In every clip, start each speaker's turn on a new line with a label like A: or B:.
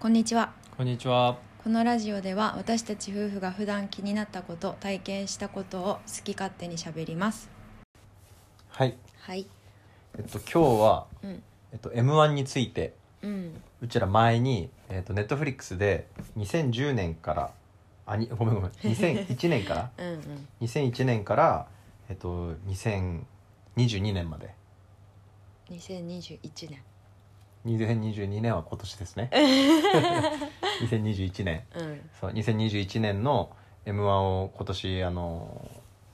A: こんにちは
B: こんにちは。
A: このラジオでは私たち夫婦が普段気になったこと体験したことを好き勝手にしゃべります
B: はい。
A: はい
B: えっと今日は、
A: うん
B: えっと M1 について
A: うん
B: うちら前にえっとネットフリックスで2010年からあにごめん ごめん2001年から
A: うんうん
B: 2001年からえっと2022年まで
A: 2021年
B: 2022年は今年で すね。2021年
A: うん
B: そう2021年の M1 を今年あの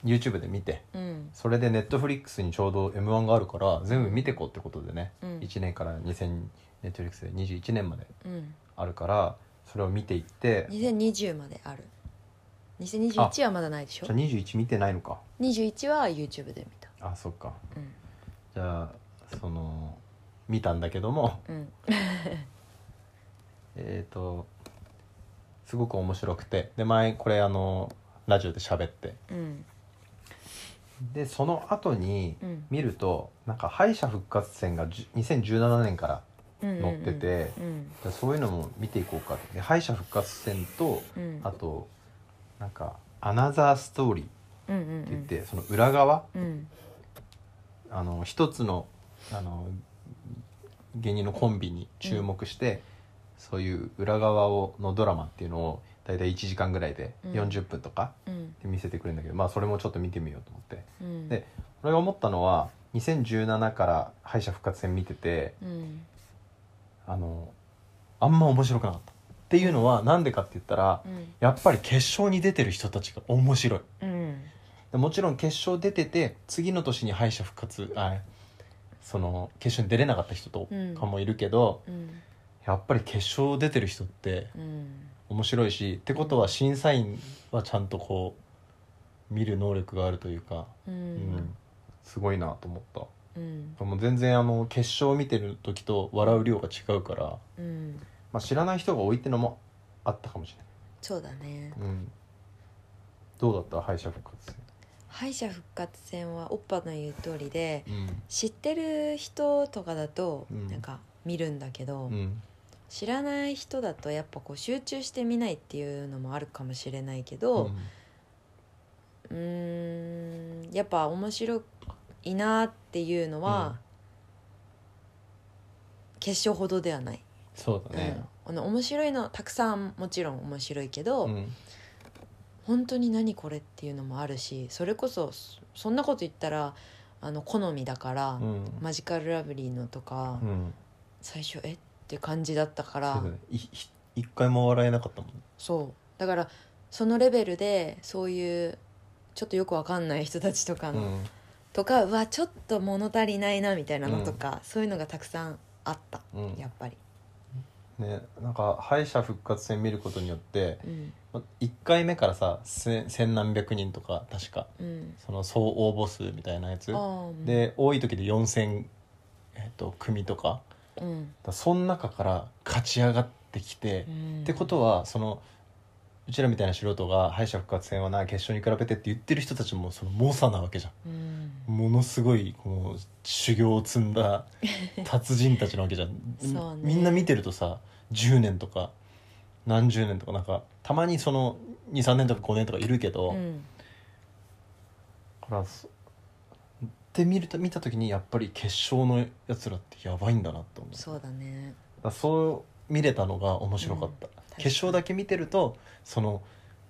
B: YouTube で見て
A: うん
B: それでネットフリックスにちょうど m 1があるから全部見てこうってことでね、
A: うん
B: 1年から2000ネットフリックスで21年まで
A: うん
B: あるからそれを見ていってじ
A: 2020まである2021はまだないでしょ
B: ゃあ21見てないのか
A: 21は YouTube で見た
B: あそっか
A: うん
B: じゃあその見たんだけども
A: うん
B: えっ、とすごく面白くてで前これあのラジオで喋って
A: うん
B: でその後に
A: うん
B: 見るとなんか敗者復活戦がじゅ2017年から
A: うん
B: 載ってて、
A: うん
B: じゃあそういうのも見ていこうかってで敗者復活戦と
A: うん
B: あとなんか「アナザーストーリー」
A: うんう
B: って言っ
A: ん
B: て、その裏側
A: うんうん
B: あの一つのあの芸人のコンビに注目して、そういう裏側をのドラマっていうのを大体1時間ぐらいで
A: うん
B: 40分とか
A: うん
B: で見せてくれるんだけど、まあそれもちょっと見てみようと思って
A: うん
B: で俺が思ったのは2017から敗者復活戦見てて
A: うん
B: あのあんま面白くなかった。っていうのはなんでかって言ったら、
A: うん
B: やっぱり決勝に出てる人たちが面白い
A: うん
B: でもちろん決勝出てて次の年に敗者復活あその決勝に出れなかった人と
A: うん
B: かもいるけど、
A: うん
B: やっぱり決勝出てる人って
A: うん
B: 面白いしってことは審査員はちゃんとこう見る能力があるというか、
A: う
B: うん
A: ん
B: すごいなと思った
A: うん
B: もう全然あの決勝を見てる時と笑う量が違うから、
A: うん
B: まあ、知らない人が多いってのもあったかもし
A: そうだね
B: れない、うん、どうだった敗者復活
A: 敗者復活戦はオッパの言う通りで
B: 戦
A: 知ってる人とかだと
B: うん
A: なんか見るんだけど、
B: うん
A: 知らない人だとやっぱこう集中して見ないっていうのもあるかもしれないけどうーんやっぱ面白いなっていうのは、決勝ほどではない、
B: そうだ
A: う
B: ね
A: ん、あの面白いのたくさんもちろん面白いけど、
B: うん
A: 本当に何これっていうのもあるしそれこそそそんなこと言ったらあの好みだから、
B: うん
A: マジカルラブリーのとか、
B: うん
A: 最初えって感じだったか
B: そ
A: ら
B: うだねいひ一回も笑えなかったもん
A: そうだからそのレベルでそういうちょっとよくわかんない人たちとかの、
B: うん
A: とかうわちょっと物足りないなみたいなのとか、そういうのがたくさんあった
B: うん
A: やっぱり、
B: ねなんか敗者復活戦見ることによって
A: うん
B: ま一回目からさ千千何百人とか確か
A: うん、
B: その総応募数みたいなやつ
A: あー、
B: で多い時で4000、えっと組とか
A: うん
B: だその中から勝ち上がってきて
A: う、ん、
B: ってことはそのうちらみたいな素人が敗者復活戦はな決勝に比べてって言ってる人たちもその猛者なわけじゃん
A: うん、
B: ものすごいこの修行を積 んだ達人たちなわけじゃん、
A: そうね
B: みんな見てるとさ10年とか何十年とかなんかたまにその23年とか5年とかいるけど、
A: うん
B: ほらそって見ると見た時にやっぱり決勝のやつらってやばいんだなと思う
A: そうだね
B: だからそう見れたのが面白かった、決勝だけ見てるとその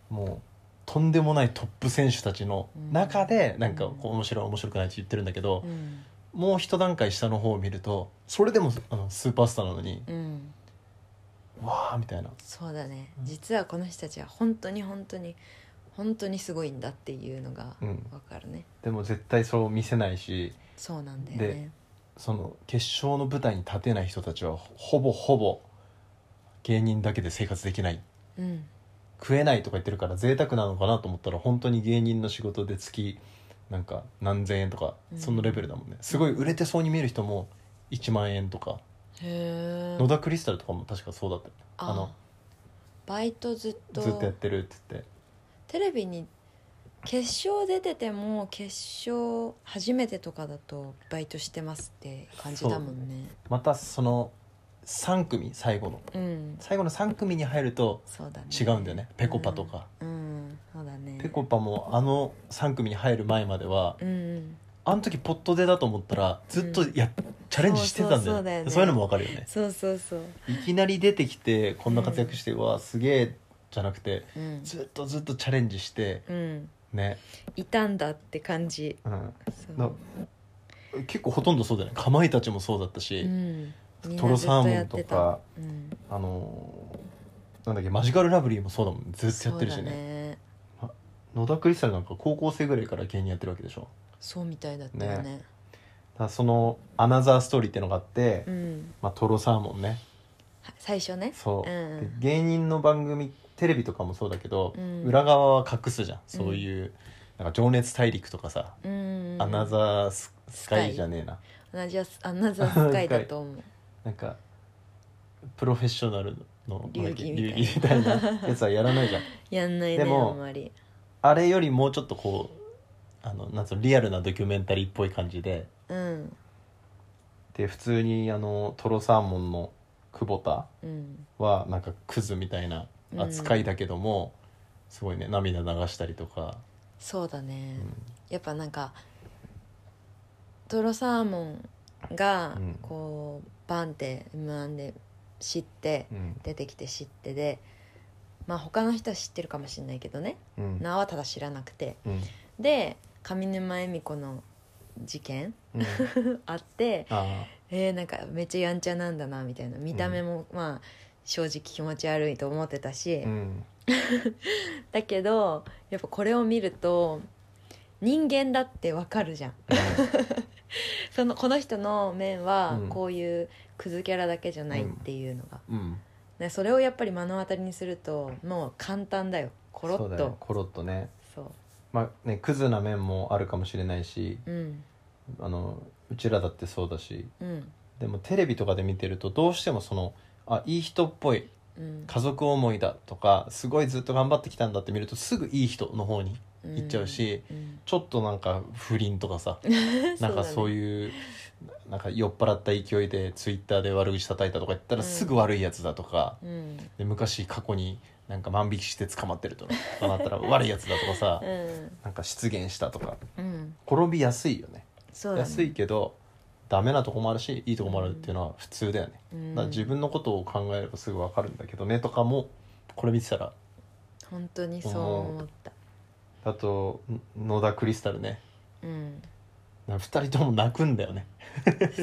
B: もうとんでもないトップ選手たちの中で、
A: うん
B: なんかこう面白い面白くないって言ってるんだけど、
A: うん
B: もう一段階下の方を見るとそれでもあのスーパースターなのに
A: うん
B: わーみたいな
A: そうだね
B: うん
A: 実はこの人たちは本当に本当に本当にすごいんだっていうのが
B: うん
A: わかるね、
B: でも絶対そう見せないし
A: そうなんだよね
B: その決勝の舞台に立てない人たちはほほぼほぼ芸人だけで生活できない
A: うん
B: 食えないとか言ってるから贅沢なのかなと思ったら本当に芸人の仕事で月なんか何千円とか
A: うん
B: そのレベルだもんね、すごい売れてそうに見える人も1万円とか、
A: へ
B: 野
A: え
B: 田クリスタルとかも確かそうだったよねあの
A: バイトずっと
B: ずっとやってるって言って
A: テレビに決勝出てても決勝初めてとかだとバイトしてますって感じだもんね
B: またその3組最後の
A: うん
B: 最後の3組に入ると
A: そうだね
B: 違うんだよねぺこぱとか、
A: うんそうだね
B: ぺこぱもあの3組に入る前までは
A: うん
B: あの時ポットでだと思ったらずっとや、チャレンジしてたんだ
A: そうそうそ
B: よ
A: うだよ
B: ね
A: ね
B: そういうのもわかるよね
A: そうそうそう
B: いきなり出てきてこんな活躍して、うわすげえじゃなくて
A: うん
B: ずっとずっとチャレンジして
A: うん
B: ね、
A: いたんだって感じ
B: うん、
A: そう
B: な結構ほとんどそうだよねかまいたちもそうだった
A: う
B: し、
A: んみんな
B: トロ
A: ずっ
B: サーモ
A: や
B: ン
A: っ
B: と
A: てた
B: か
A: うん
B: あのーなんだっけマジカルラブリーもそうだもんずっとやってるし
A: そうだ
B: ね
A: ね
B: 野田クリスタルなんか高校生ぐらいから芸人やってるわけでしょ
A: そうみたいだったよね
B: だからそのアナザーストーリーってのがあって、
A: うん
B: まあ、トロサーモンね
A: は最初ね
B: そう、
A: うん
B: で芸人の番組テレビとかもそうだけど、
A: うん
B: 裏側は隠すじゃんそういう、なんか情熱大陸とかさ、
A: うん
B: アナザーススカ
A: スカ
B: イ
A: イ
B: じゃねえな
A: アナザースアナザースカイだと 思う
B: なんかプロフェッショナルの
A: 流儀
B: 流儀
A: み
B: みたいなやつはやらないじゃ ん
A: やんないね
B: でも
A: あんまり
B: あれよりもうちょっとこうあのなんつうのリアルなドキュメンタリーっぽい感じで
A: うん
B: で普通にあのトロサーモンの久保田
A: うん
B: はなんかクズみたいな扱いだけども、すごいね涙流したりとか、
A: そうだね
B: うん
A: やっぱなんかトロサーモンが
B: うん
A: こうバンって m 1で知って
B: うん
A: 出てきて知ってでまあ他の人は知ってるかもしれないけどね
B: うん
A: なはただ知らなくて
B: うん
A: で上沼恵美子の事件
B: うん
A: あって
B: あ
A: えー、なんかめっちゃやんちゃなんだなみたいな見た目もまあ正直気持ち悪いと思ってたし、
B: ーうん
A: だけどやっぱこれを見ると人間だってわかるじゃんそのこの人の面は
B: うん
A: こういうクズキャラだけじゃないっていうのが、
B: うん
A: ねそれをやっぱり目の当たりにするともう簡単だよコロ
B: そう
A: ッ
B: だよ
A: と
B: ねコロッとね
A: そう,、
B: まあねクズな面もあるかもしれないし
A: うん
B: あのうちらだってそうだし
A: うん
B: でもテレビとかで見てるとどうしてもそのあいい人っぽい
A: うん
B: 家族思いだとかすごいずっと頑張ってきたんだって見るとすぐいい人の方に
A: うん
B: 行っちゃうし、
A: うん
B: ちょっとなんか不倫と かさなんかそう
A: う
B: いうなんか酔っ払った勢いでツイッターで悪口叩いたとか言った
A: う
B: ら
A: ん
B: すぐ悪いやつだとか、
A: だね
B: で昔過去になんか万引きして捕まってるとかなったら悪いやつだとかさ
A: うんうん
B: なんか失言したとか
A: うん
B: 転びやすいよね
A: そうだね
B: 安いけどダメなとこもあるしいいとこもあるっていうのは普通だよね、
A: うん
B: だから自分のことを考えればすぐ分かるんだけどねとかもこれ見てたら
A: 本当にそう思った
B: あとん野田クリスタルね
A: うん
B: 2人とも泣くんだよね、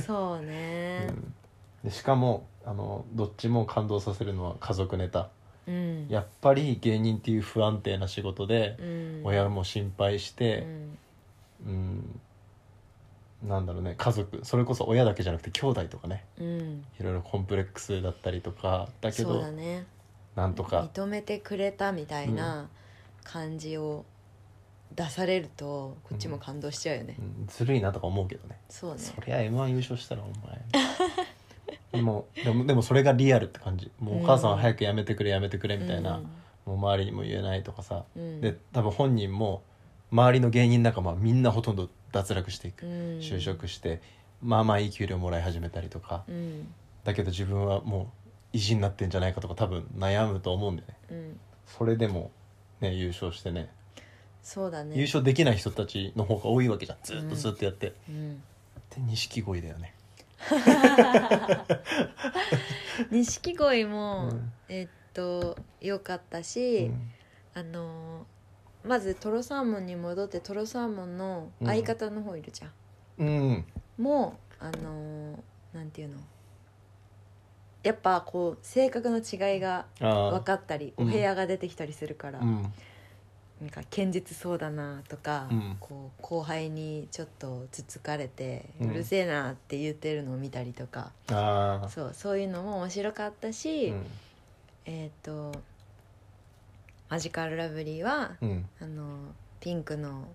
A: そう
B: う
A: ね
B: ん、でしかもあのどっちも感動させるのは家族ネタ
A: うん
B: やっぱり芸人っていう不安定な仕事で
A: うん
B: 親も心配し
A: う
B: て、
A: ん
B: うん、なんだろうね家族それこそ親だけじゃなくて兄弟とかね
A: うん
B: いろいろコンプレックスだったりとかだけ
A: そう
B: ど
A: だね
B: なんとか
A: 認めてくれたみたいな感じを出されるとこっちも感動しちゃうよね、
B: うんずるいなとか思うけどね
A: そうね
B: そりゃ m 1優勝したらお前もうでもでもそれがリアルって感じもうお母さんは早くやめてくれやめてくれみたいな、もう周りにも言えないとかさ、
A: うん
B: で多分本人も周りの芸人仲間はみんなほとんど脱落していく、
A: うん
B: 就職してまあまあいい給料もらい始めたりとか、
A: うん
B: だけど自分はもう意地になってんじゃないかとか多分悩むと思うんだよね
A: うん
B: それでもね優勝してね
A: そうだね
B: 優勝できない人たちの方が多いわけじゃんずっ
A: う
B: と
A: ん
B: ずっとやって、
A: うん
B: で錦鯉だよね
A: 錦鯉も、
B: うん
A: えっと良かったし、
B: うん
A: あのーまずトロサーモンに戻ってトロサーモンの相方の方いるじゃん、
B: うん
A: もうあのーなんていうのやっぱこう性格の違いが分
B: あ
A: かったり
B: うん
A: お部屋が出てきたりするから、
B: あうん
A: なんか堅実そうだなとか、
B: うん
A: こう後輩にちょっとつつかれて、
B: う
A: うんるせえなって言ってるのを見たりとか
B: ああ
A: そうそういうのも面白かったし、
B: うん
A: えっ、とマジカルラブリーは、
B: うん
A: あのピンクの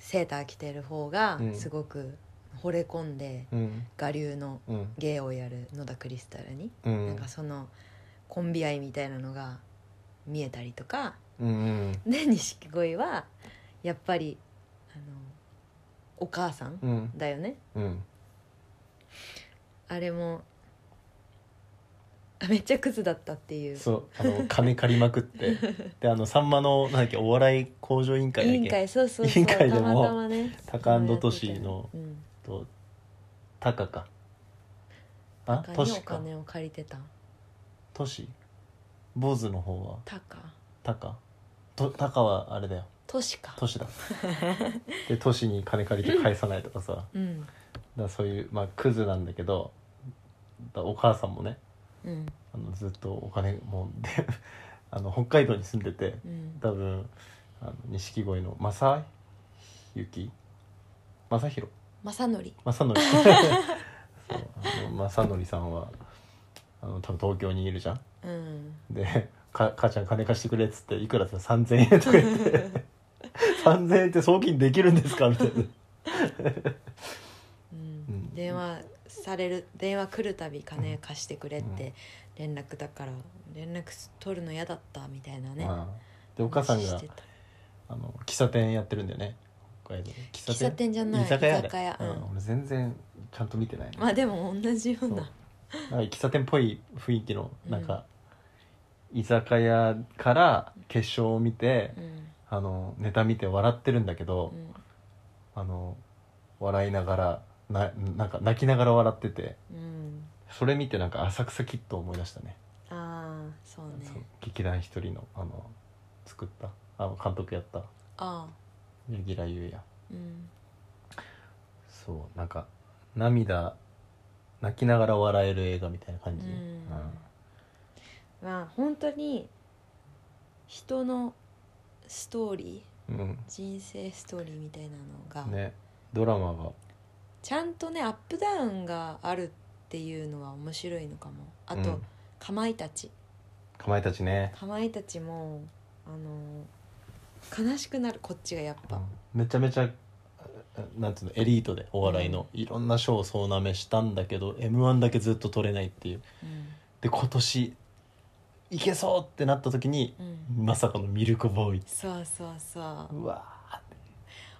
A: セーター着てる方が
B: うん
A: すごく惚れ込んで、
B: うん
A: 我流の
B: うん
A: 芸をやる野田クリスタルに、
B: うん
A: なんかそのコンビ愛みたいなのが見えたりとか。
B: うん
A: で錦鯉はやっぱりあのお母さん
B: うん
A: だよね、
B: うん
A: あれもめっちゃクズだったっていう
B: そうあの金借りまくってであのさんまのなんだっけお笑い向上委員会
A: 委
B: だっ
A: 員
B: け
A: 会そうそうそう
B: 委員会で
A: た
B: も
A: またまね
B: タカアンドトシの
A: うん
B: とタカかあ
A: 他
B: ト
A: にお
B: シか
A: 金を借りてた
B: トシ坊主の方は
A: タカ
B: タカとタカはあれだよ
A: トシか
B: トシだでトシに金借りて返さないとかさだか
A: うん
B: らそういうまあクズなんだけどだからお母さんもね
A: うん
B: あのずっとお金もうであの北海道に住んでて
A: うん
B: 多分あの錦鯉の正幸正弘
A: 正則
B: 正 則そうあの正則さんはあの多分東京にいるじゃん
A: うん
B: でか「母ちゃん金貸してくれ」っつって「いくら?」って3,000円とか言って「3,000円って送金できるんですか?」みたいな
A: うん
B: ん
A: 電話される電話来るたび金貸してくれって連絡だから連絡取るの嫌だったみたいなね、
B: まあでお母さん
A: 話
B: が
A: してた
B: あの喫茶店やってるんだよね北海道で喫
A: 喫茶店じゃない
B: 居酒屋
A: 居酒屋
B: あれ
A: うん
B: うん、俺全然ちゃんと見てない、
A: まあでも同じよう
B: そう
A: な
B: なんか喫茶店っぽい雰囲気のなんか、居酒屋から決勝を見て、
A: うん
B: あのネタ見て笑ってるんだけど、
A: うん
B: あの笑いながらななんか泣きながら笑ってて
A: うん
B: それ見てなんか浅草キッドを思い出したね
A: ああそう
B: そ
A: ね
B: う劇団一人のあの作ったあの監督やった
A: ああ
B: 柳楽優弥
A: うん
B: そうなんか涙泣きながら笑える映画みたいな感
A: う
B: じ、
A: ん
B: うん
A: まあ本当に人のストーリー
B: うん
A: 人生ストーリーみたいなのが、
B: ねドラマが
A: ちゃんとねアップダウンがあるっていうのは面白いのかもあと、
B: うん
A: かまいたち
B: かまいたちね、
A: かまいたちもあの悲しくなるこっちがやっ
B: う
A: ぱ
B: ん、めちゃめちゃあなんていうのエリートでお笑いの、いろんな賞を総なめしたんだけど m 1だけずっと取れないっていう
A: う
B: で今年いけそうってなった時に
A: ん、うん
B: まさかのミルクボーイ
A: そうそうそう
B: うわ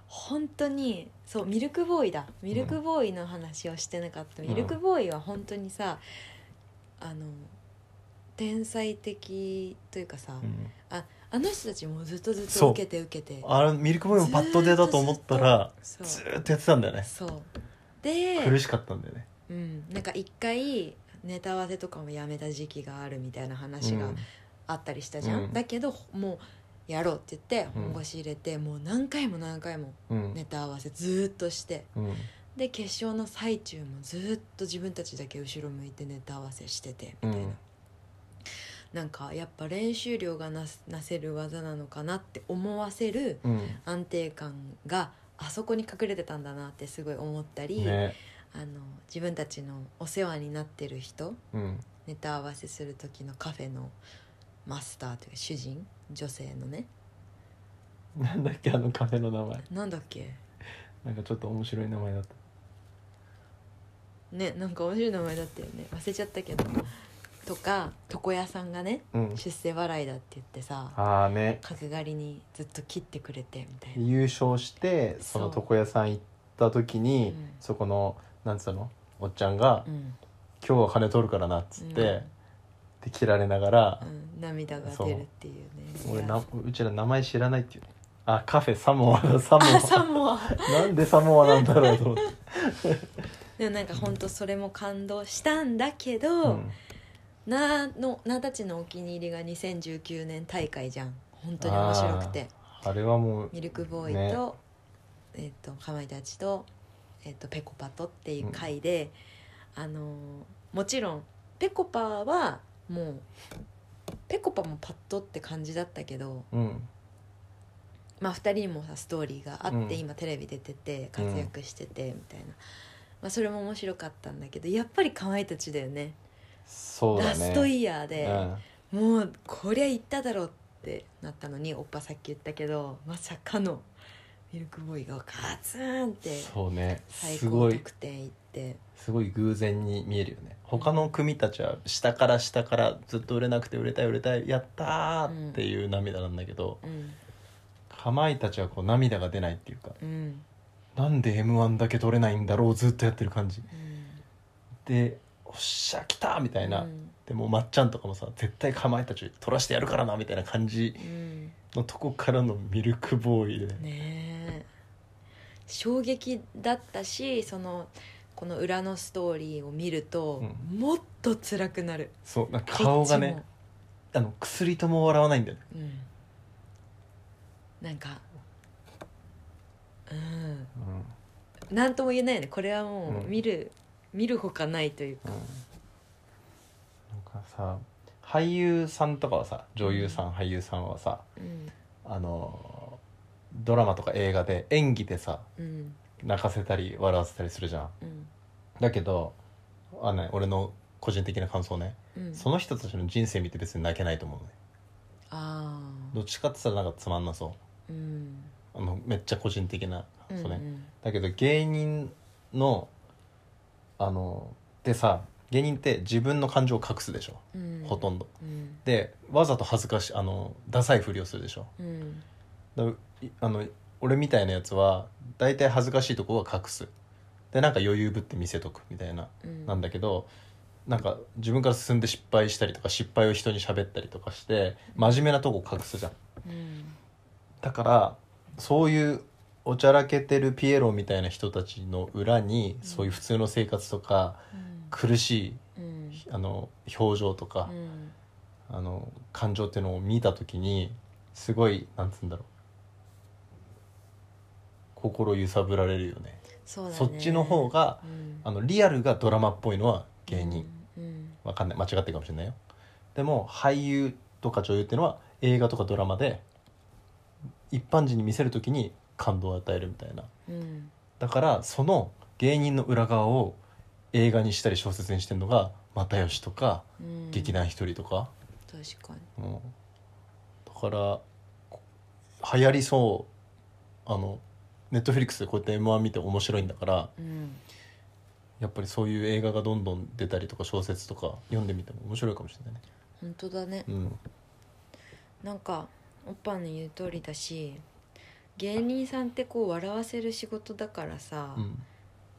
A: 本当にそうミルクボーイだミルクボーイの話をしてなかった、
B: うん
A: ミルクボーイは本当にさあの天才的というかさ、
B: ー、うん
A: あの人たちもずっとずっ
B: そ
A: と
B: う
A: 受けて受けて
B: あれミルクボーイもパッと出たと思ったら
A: そう
B: ずーっとやってたんだよね
A: そうで
B: 苦しかったんだよね
A: うん、なんか一回ネタ合わせとかもやめた時期があるみたいな話
B: う
A: が
B: ん
A: あったりしたじゃん、
B: うん
A: だけどもうやろうって言って
B: うん
A: 本腰入れて、もう何回も何回も
B: うん
A: ネタ合わせずーっとして
B: うん
A: で決勝の最中もずーっと自分たちだけ後ろ向いてネタ合わせしてて
B: う
A: みたいな、
B: ん
A: なんかやっぱ練習量がなすなせる技なのかなって思わせる
B: うん
A: 安定感があそこに隠れてたんだなってすごい思ったり、
B: ね
A: あの自分たちのお世話になってる人
B: うん
A: ネタ合わせする時のカフェのマスターというか主人女性のね
B: なんだっけあのカフェの名前
A: なんだっけ
B: なんかちょっと面白い名前だった
A: ねなんか面白い名前だったよね忘れちゃったけどとか床屋さんがね
B: うん
A: 出世払いだって言ってさ
B: ああね
A: 角刈りにずっと切ってくれてみたいな
B: 優勝してその
A: そう
B: 床屋さん行った時に
A: うん
B: そこのなんつうのおっちゃんが
A: うん、
B: 「今日は金取るからな」っつって、
A: うん
B: で切られながら
A: うん、涙が出るっていうね
B: 俺
A: い
B: な
A: や
B: うちら名前知らないっていうねあカフェサモアだサモ
A: あ
B: ア
A: サモア
B: なんでサモアなんだろうと思って、
A: でもなんか本当それも感動したんだけど、
B: うん、
A: なあのなあたちのお気に入りが2019年大会じゃん本当に面白くて
B: あれはもう
A: ミルクボーイ
B: ね
A: と,、えっとかまいたちと,、えっとペコパとっていう回で、あのーもちろんペコパはもうペコパもパッとって感じだったけど、
B: うん
A: まあ、2人にもさストーリーがあって、
B: うん
A: 今テレビ出てて活躍しててみたいな、まあ、それも面白かったんだけどやっぱりかまいたちだよね
B: そうだ
A: ラ
B: ね
A: ストイヤーで。
B: うん
A: もうこりゃ言っただろうってなったのにおっぱさっき言ったけどまさかのミルクボーイがカツンって
B: そうね
A: 最
B: す
A: 高
B: ごい
A: 得点いって
B: すごい偶然に見えるよね他の組たちは下から下からずっと売れなくて売れたい売れたいやったーっていう涙なんだけど、
A: うん
B: かまいたちはこう涙が出ないっていうか
A: うん
B: なんで m 1だけ取れないんだろうずっとやってる感じ
A: うん
B: でおっしゃ来たみたいな、
A: うん
B: でもうまっちゃんとかもさ絶対かまいたち取らしてやるからなみたいな感じ
A: うん
B: のとこからのミルクボーイで、
A: ねえ衝撃だったしそのこの裏のストーリーを見ると、もっと辛くなる
B: そうなんか顔が
A: こっ
B: ねあの薬とも笑わないんだよね
A: ちもうんなんかうん何とも言えないよねこれはも
B: う
A: うん見る、見るほかないというか、
B: なんかさ俳優さんとかはさ女優さん俳優さんはさ
A: うん
B: あのドラマとか映画で演技でさ
A: うん
B: 泣かせたり笑わせたりするじゃん
A: うん
B: だけどあのね俺の個人的な感想ね、
A: うん、
B: その人たちの人生見て別に泣けないと思うのね
A: ああ
B: どっちかって言ったらなんかつまんなそ
A: うん
B: うあのめっちゃ個人的な
A: う
B: 感想ね、
A: ん
B: だけど芸人のあのでさ芸人って自分の感情を隠すでしょ、
A: うん、
B: ほとんど
A: うん
B: でわざと恥ずかしいあのダサいふりをするでしょ
A: うん
B: だいあの俺みたいなやつは大体恥ずかしいとこは隠すでなんか余裕ぶって見せとくみたいな
A: うん
B: なんだけどなんか自分から進んで失敗したりとか失敗を人に喋ったりとかして真面目なとこ隠すじゃん
A: うん
B: だからそういうおちゃらけてるピエロみたいな人たちの裏に、
A: ん
B: そういう普通の生活とか
A: うん
B: 苦し
A: うん
B: いあの表情とか
A: う、ん
B: あの感情っていうのを見た時にすごいなんつうんだろう心揺さぶられるよね
A: そうだね
B: そっちの方が
A: うん
B: あのリアルがドラマっぽいのは芸人、
A: うん
B: わかんない間違ってるかもしれないよでも俳優とか女優っていうのは映画とかドラマで一般人に見せる時に感動を与えるみたいな
A: うん
B: だからその芸人の裏側を映画にしたり小説にしてるのが又吉とか
A: うん、
B: 劇団ひとりとか、
A: 確かに
B: うんだからこ流行りそうあのネットフリックスでこうやって m 1見て面白いんだから
A: うん
B: やっぱりそういう映画がどんどん出たりとか小説とか読んでみても面白いかもしれないね。
A: 本当だね
B: うん
A: なんかおっぱの言う通りだし芸人さんってこう笑わせる仕事だからさ、
B: うん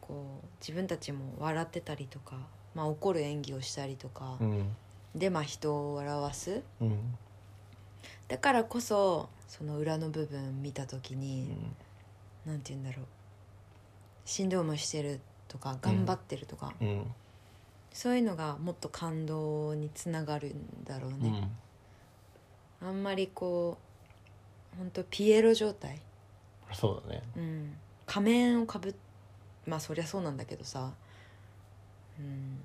A: こう自分たちも笑ってたりとか、まあ、怒る演技をしたりとか
B: う、ん
A: でまあ人を笑わす
B: うん
A: だからこそその裏の部分見た時に、なんて言うんだろうしんどい思いしてるとか頑張ってるとか、
B: うん
A: そういうのがもっと感動につながるんだろうね、
B: うん
A: あんまりこう本当ピエロ状態、
B: そうだね
A: うん、仮面をかぶっまあそりゃそうなんだけどさ、うん、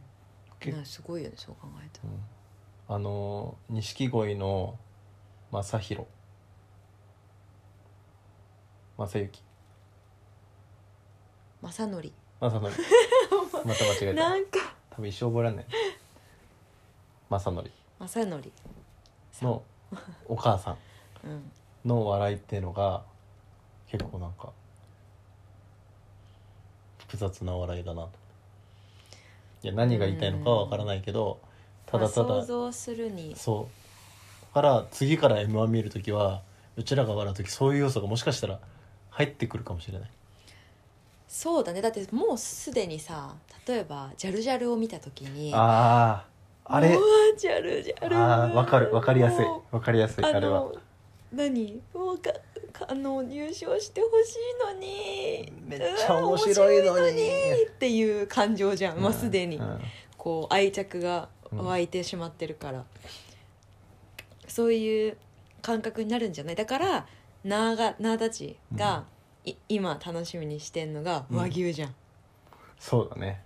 B: け
A: なんかすごいよねそう考えたら
B: うんあの錦鯉の正弘正幸
A: 正則
B: 正則また間違えた
A: なんか
B: 多分一生覚えられない正則
A: 正則
B: のお母さ
A: うん
B: んの笑いっていうのが結構なんか複雑な笑いだなといや何が言いたいのかは分からないけどただただ、
A: まあ想像するに
B: そうだから次から m 1見る時はうちらが笑う時そういう要素がもしかしたら入ってくるかもしれない
A: そうだねだってもうすでにさ例えばジャルジャルを見た時に
B: あああれ
A: うわジャルジャル
B: あーわかるわかりやすい
A: も
B: わかりやす
A: う
B: いあ
A: あ
B: れは
A: の何もうかかあの入賞してほしいのに
B: めっちゃ面白いのに
A: 面白いのにっていう感情じゃん、もうすでに、
B: うん
A: こう愛着が湧いてしまってるから、そういう感覚になるんじゃないだからなあがなあたちが、い今楽しみにしてんのが和牛じゃん、
B: そうだね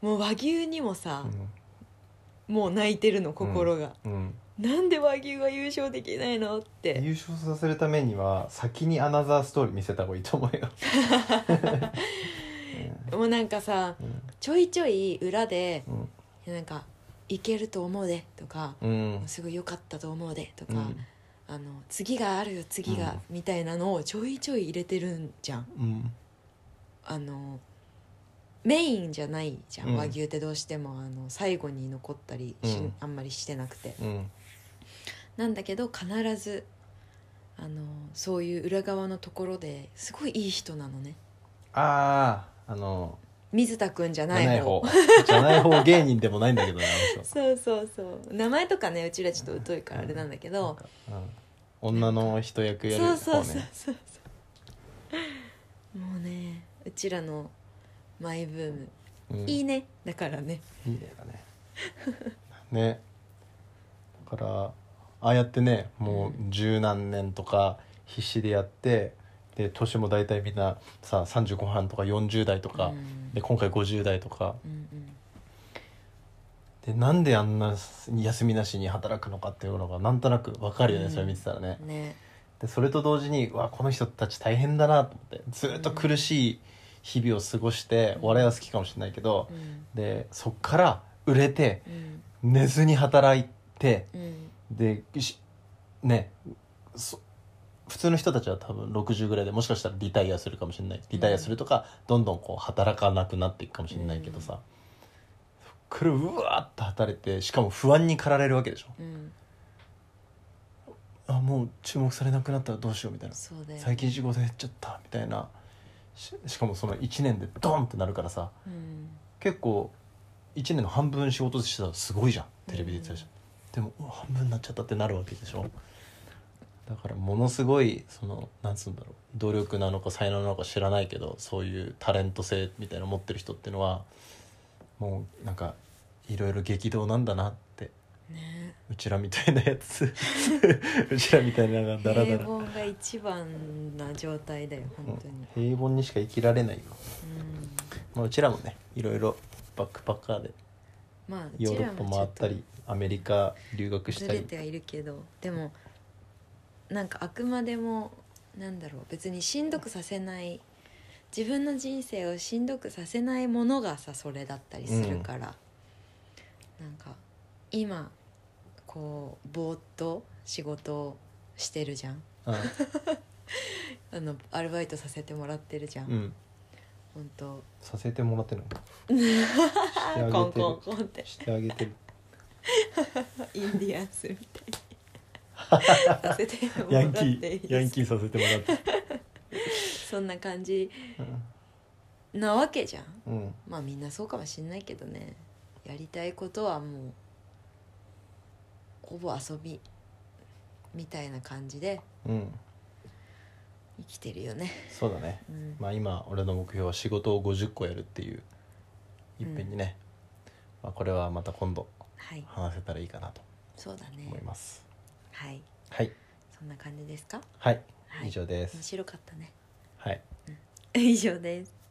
A: もう和牛にもさ、もう泣いてるの心が、
B: うん、うん
A: なんで和牛が優勝できないのって
B: 優勝させるためには先にアナザーストーリー見せた方がいいと思うよ、
A: もうなんかさ
B: うん
A: ちょいちょい裏で
B: うん
A: なんか「いけると思うで」とか
B: うん
A: 「すごい良かったと思うで」とか、
B: うん
A: あの「次があるよ次が」みたいなのをちょいちょい入れてるんじゃん
B: うん
A: あのメインじゃないじゃん、
B: うん
A: 和牛ってどうしてもあの最後に残ったりし、
B: うん
A: あんまりしてなくて
B: うん
A: なんだけど必ずあのそういう裏側のところですごいいい人なのね
B: あああの
A: 水田くんじゃ
B: じ
A: ない方
B: じゃない方芸人でもないんだけどねあの人
A: そうそうそう名前とかねうちらちょっと疎いからあれなんだけど、
B: なんかうん女の人役やる
A: そうそ
B: 方
A: うそう
B: ね
A: そうそうもうねうちらのマイブーム、
B: うん
A: いいねだからね
B: いいねだねねだからああやってねもう十何年とか必死でやってで年も大体みんなさ35半とか40代とか、
A: うん
B: で今回50代とか
A: うん
B: でなんであんな休みなしに働くのかっていうのがなんとなくわかるよね、
A: うん
B: それ見てたらね
A: うんね
B: でそれと同時にうわこの人たち大変だなと思ってずっと苦しい日々を過ごして、
A: うん
B: お笑いは好きかもしれないけど
A: う、ん
B: でそっから売れて
A: うん
B: 寝ずに働いて
A: うん
B: でしねそ普通の人たちは多分60ぐらいでもしかしたらリタイアするかもしれないリタイアするとか、どんどんこう働かなくなっていくかもしれないけどさ、これうわーっと働いてしかも不安に駆られるわけでしょ
A: うん
B: あもう注目されなくなったらどうしようみたいな
A: そうだよ
B: 最近仕事減っちゃったみたいなししかもその1年でドンってなるからさ
A: うん
B: 結構1年の半分仕事してたらすごいじゃんテレビで言ってたじゃん、でもうわ半分になっちゃったってなるわけでしょだからものすごいそのなんつうんだろう努力なのか才能なのか知らないけどそういうタレント性みたいなの持ってる人っていうのはもうなんかいろいろ激動なんだなって
A: ね
B: うちらみたいなやつ うちらみたいなのがダラダ
A: 平
B: ラ
A: 凡が一番な状態だよ本当に
B: 平凡にしか生きられないよ、
A: うん
B: まあ、うちらもねいろいろバックパッカーで
A: まあう
B: ヨー
A: ち
B: ロ
A: ら
B: ッパ
A: も
B: 回った
A: ちょ
B: りアメリカ留学
A: っと
B: し
A: ず
B: た
A: れ
B: り
A: てはいるけどでもなんかあくまでもなんだろう別にしんどくさせない自分の人生をしんどくさせないものがさそれだったりするから、なんか今こうぼーっと仕事をしてるじゃん
B: う
A: あのアルバイトさせてもらってるじゃん、
B: ん、うん、
A: 本当
B: させてもらってるのしてあ
A: コン
B: げて
A: コンコンって
B: るしてあげて る
A: インディアンスみたいにさせても
B: ヤ
A: らっ
B: ンキ
A: ていい
B: ーヤンキーさせても らって
A: そんな感じなわけじゃん
B: うん、うん、
A: まあみんなそうかもしんないけどねやりたいことはもうほぼ遊びみたいな感じで
B: うん、
A: 生きてるよね、
B: そうだね
A: うん、
B: まあ今俺の目標は仕事を50個やるっていういっぺんにね、まあ、これはまた今度
A: はい
B: 話せたらいいかなと
A: そうだね
B: 思います、
A: はい
B: はい
A: そんな感じですか
B: はい、
A: はい
B: 以上で
A: 面
B: す
A: 白かったね
B: はい
A: 以上です